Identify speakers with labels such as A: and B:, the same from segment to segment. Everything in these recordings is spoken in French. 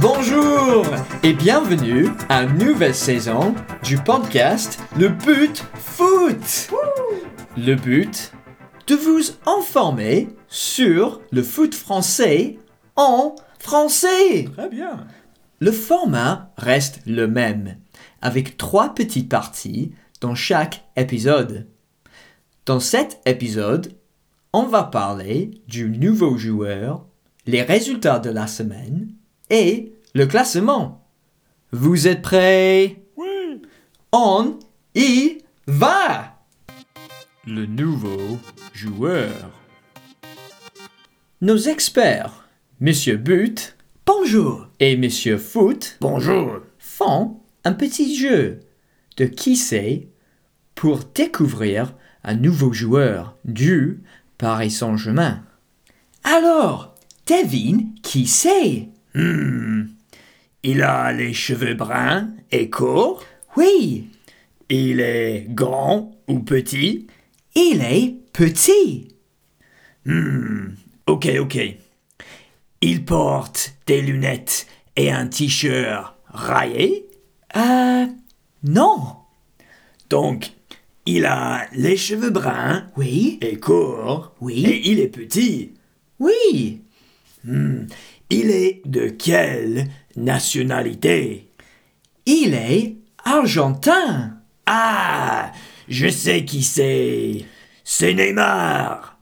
A: Bonjour et bienvenue à une nouvelle saison du podcast Le But Foot. Le but de vous informer sur le foot français en français.
B: Très bien.
A: Le format reste le même, avec trois petites parties dans chaque épisode. Dans cet épisode, on va parler du nouveau joueur, les résultats de la semaine et le classement. Vous êtes prêts
B: Oui.
A: On y va Le nouveau joueur. Nos experts, Monsieur But, bonjour, et Monsieur Foot,
B: Bonjour.
A: font un petit jeu de qui c'est pour découvrir un nouveau joueur du Paris Saint-Germain. Alors, devine qui c'est
B: Hmm. Il a les cheveux bruns et courts.
A: Oui,
B: Il est grand ou petit.
A: il est petit.
B: Hmm. Ok, ok. Il porte des lunettes et un t-shirt raillé.
A: Euh, non.
B: Donc, il a les cheveux bruns
A: Oui,
B: et courts.
A: Oui.
B: Et il est petit. Hmm.
A: oui.
B: Il est de quelle nationalité
A: Il est argentin.
B: Ah, je sais qui c'est. C'est Neymar.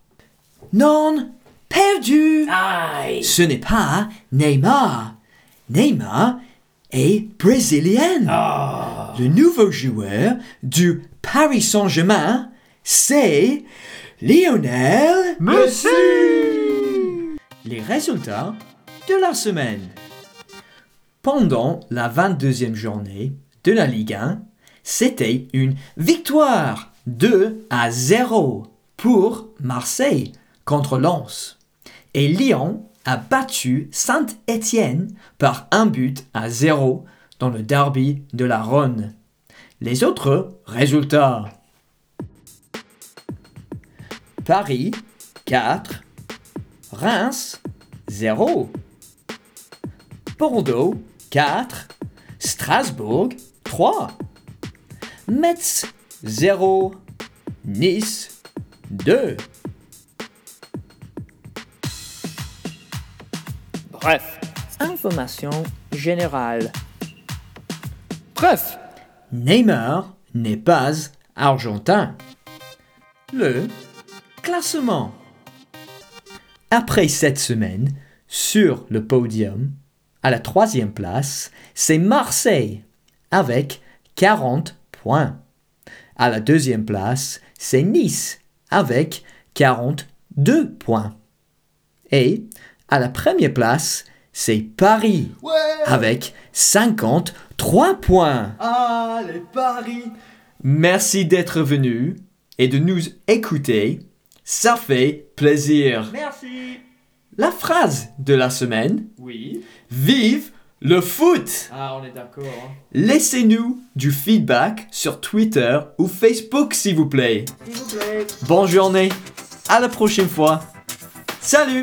A: Non, perdu.
B: Aïe.
A: Ce n'est pas Neymar. Neymar est brésilien.
B: Ah.
A: Le nouveau joueur du Paris Saint-Germain, c'est Lionel Messi. Les résultats de la semaine. Pendant la 22e journée de la Ligue 1, c'était une victoire 2 à 0 pour Marseille contre Lens. Et Lyon a battu Saint-Étienne par un but à 0 dans le derby de la Rhône. Les autres résultats. Paris 4, Reims 0. Bordeaux 4, Strasbourg 3, Metz 0, Nice 2.
C: Bref. Information générale. Bref.
A: Neymar n'est pas argentin. Le classement. Après cette semaine, sur le podium, à la troisième place, c'est Marseille avec 40 points. À la deuxième place, c'est Nice avec 42 points. Et à la première place, c'est Paris avec 53 points.
B: Allez, Paris
A: Merci d'être venu et de nous écouter. Ça fait plaisir.
B: Merci
A: La phrase de la semaine
B: Oui.
A: Vive le foot
B: Ah, on est d'accord.
A: Laissez-nous du feedback sur Twitter ou Facebook, s'il vous plaît.
B: S'il vous plaît.
A: Bonne journée. À la prochaine fois. Salut